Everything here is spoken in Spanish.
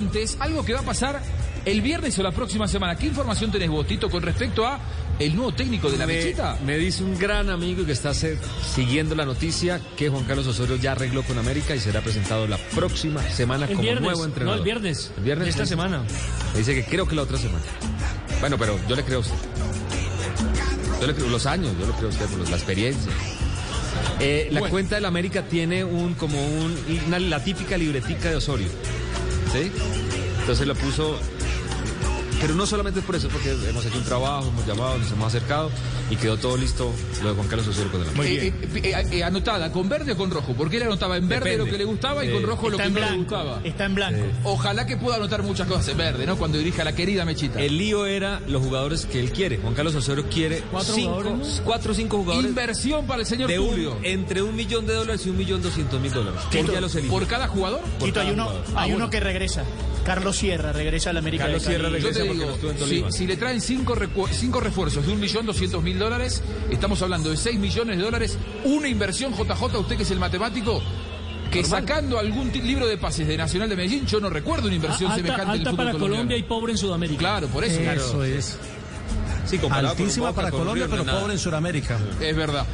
antes algo que va a pasar el viernes o la próxima semana. ¿Qué información tenés vos, Tito, con respecto a el nuevo técnico Eh, de la me, mechita? Me dice un gran amigo que está se- siguiendo la noticia que Juan Carlos Osorio ya arregló con América y será presentado la próxima semana El como viernes, nuevo entrenador. no, el viernes, El viernes. de esta sí. semana. Me dice que creo que la otra semana. Bueno, pero yo le creo a usted. Yo le creo los años, yo le creo a usted por los- la experiencia. Eh, la Bueno. cuenta del América tiene un como un, una- la típica libretica de Osorio. ¿Sí? Entonces la puso pero no solamente por eso, porque hemos hecho un trabajo, hemos llamado, nos hemos acercado y quedó todo listo lo de Juan Carlos Osorio con el América. Muy Eh, eh, eh, eh, anotada, ¿con verde o con rojo? Porque él anotaba en verde Depende. lo que le gustaba y con rojo lo Eh, Está que en no le blanco. Eh. gustaba. Está en blanco. Ojalá que pueda anotar muchas cosas en verde, ¿no? Cuando dirija a la querida mechita. El lío era los jugadores que él quiere. Juan Carlos Osorio quiere ¿Cuatro cinco, jugadores, cuatro o cinco jugadores Inversión para el señor de un- Tulio. entre un millón de dólares y un millón doscientos mil dólares. Él ya los eligió. ¿Por cada jugador? Por Quito, hay cada uno, jugador. hay Ah, uno bueno. que regresa. Carlos Sierra regresa a la América Carlos de Cali. Sierra Yo te regresa porque no digo, estuvo en si, Tolima. si le traen cinco, recu- cinco refuerzos de un millón doscientos mil dólares, estamos hablando de 6 millones de dólares, una inversión JJ, usted que es el matemático, que sacando algún ti- libro de pases de Nacional de Medellín, yo no recuerdo una Ah, inversión Ah, Alta, semejante del alta fútbol para colombiano. Colombia y pobre en Sudamérica. Claro, por eso. Eso es. Sí, comparado con un Altísima Boca, para con un Colombia, River, no pero es nada. pobre en Sudamérica. Es verdad.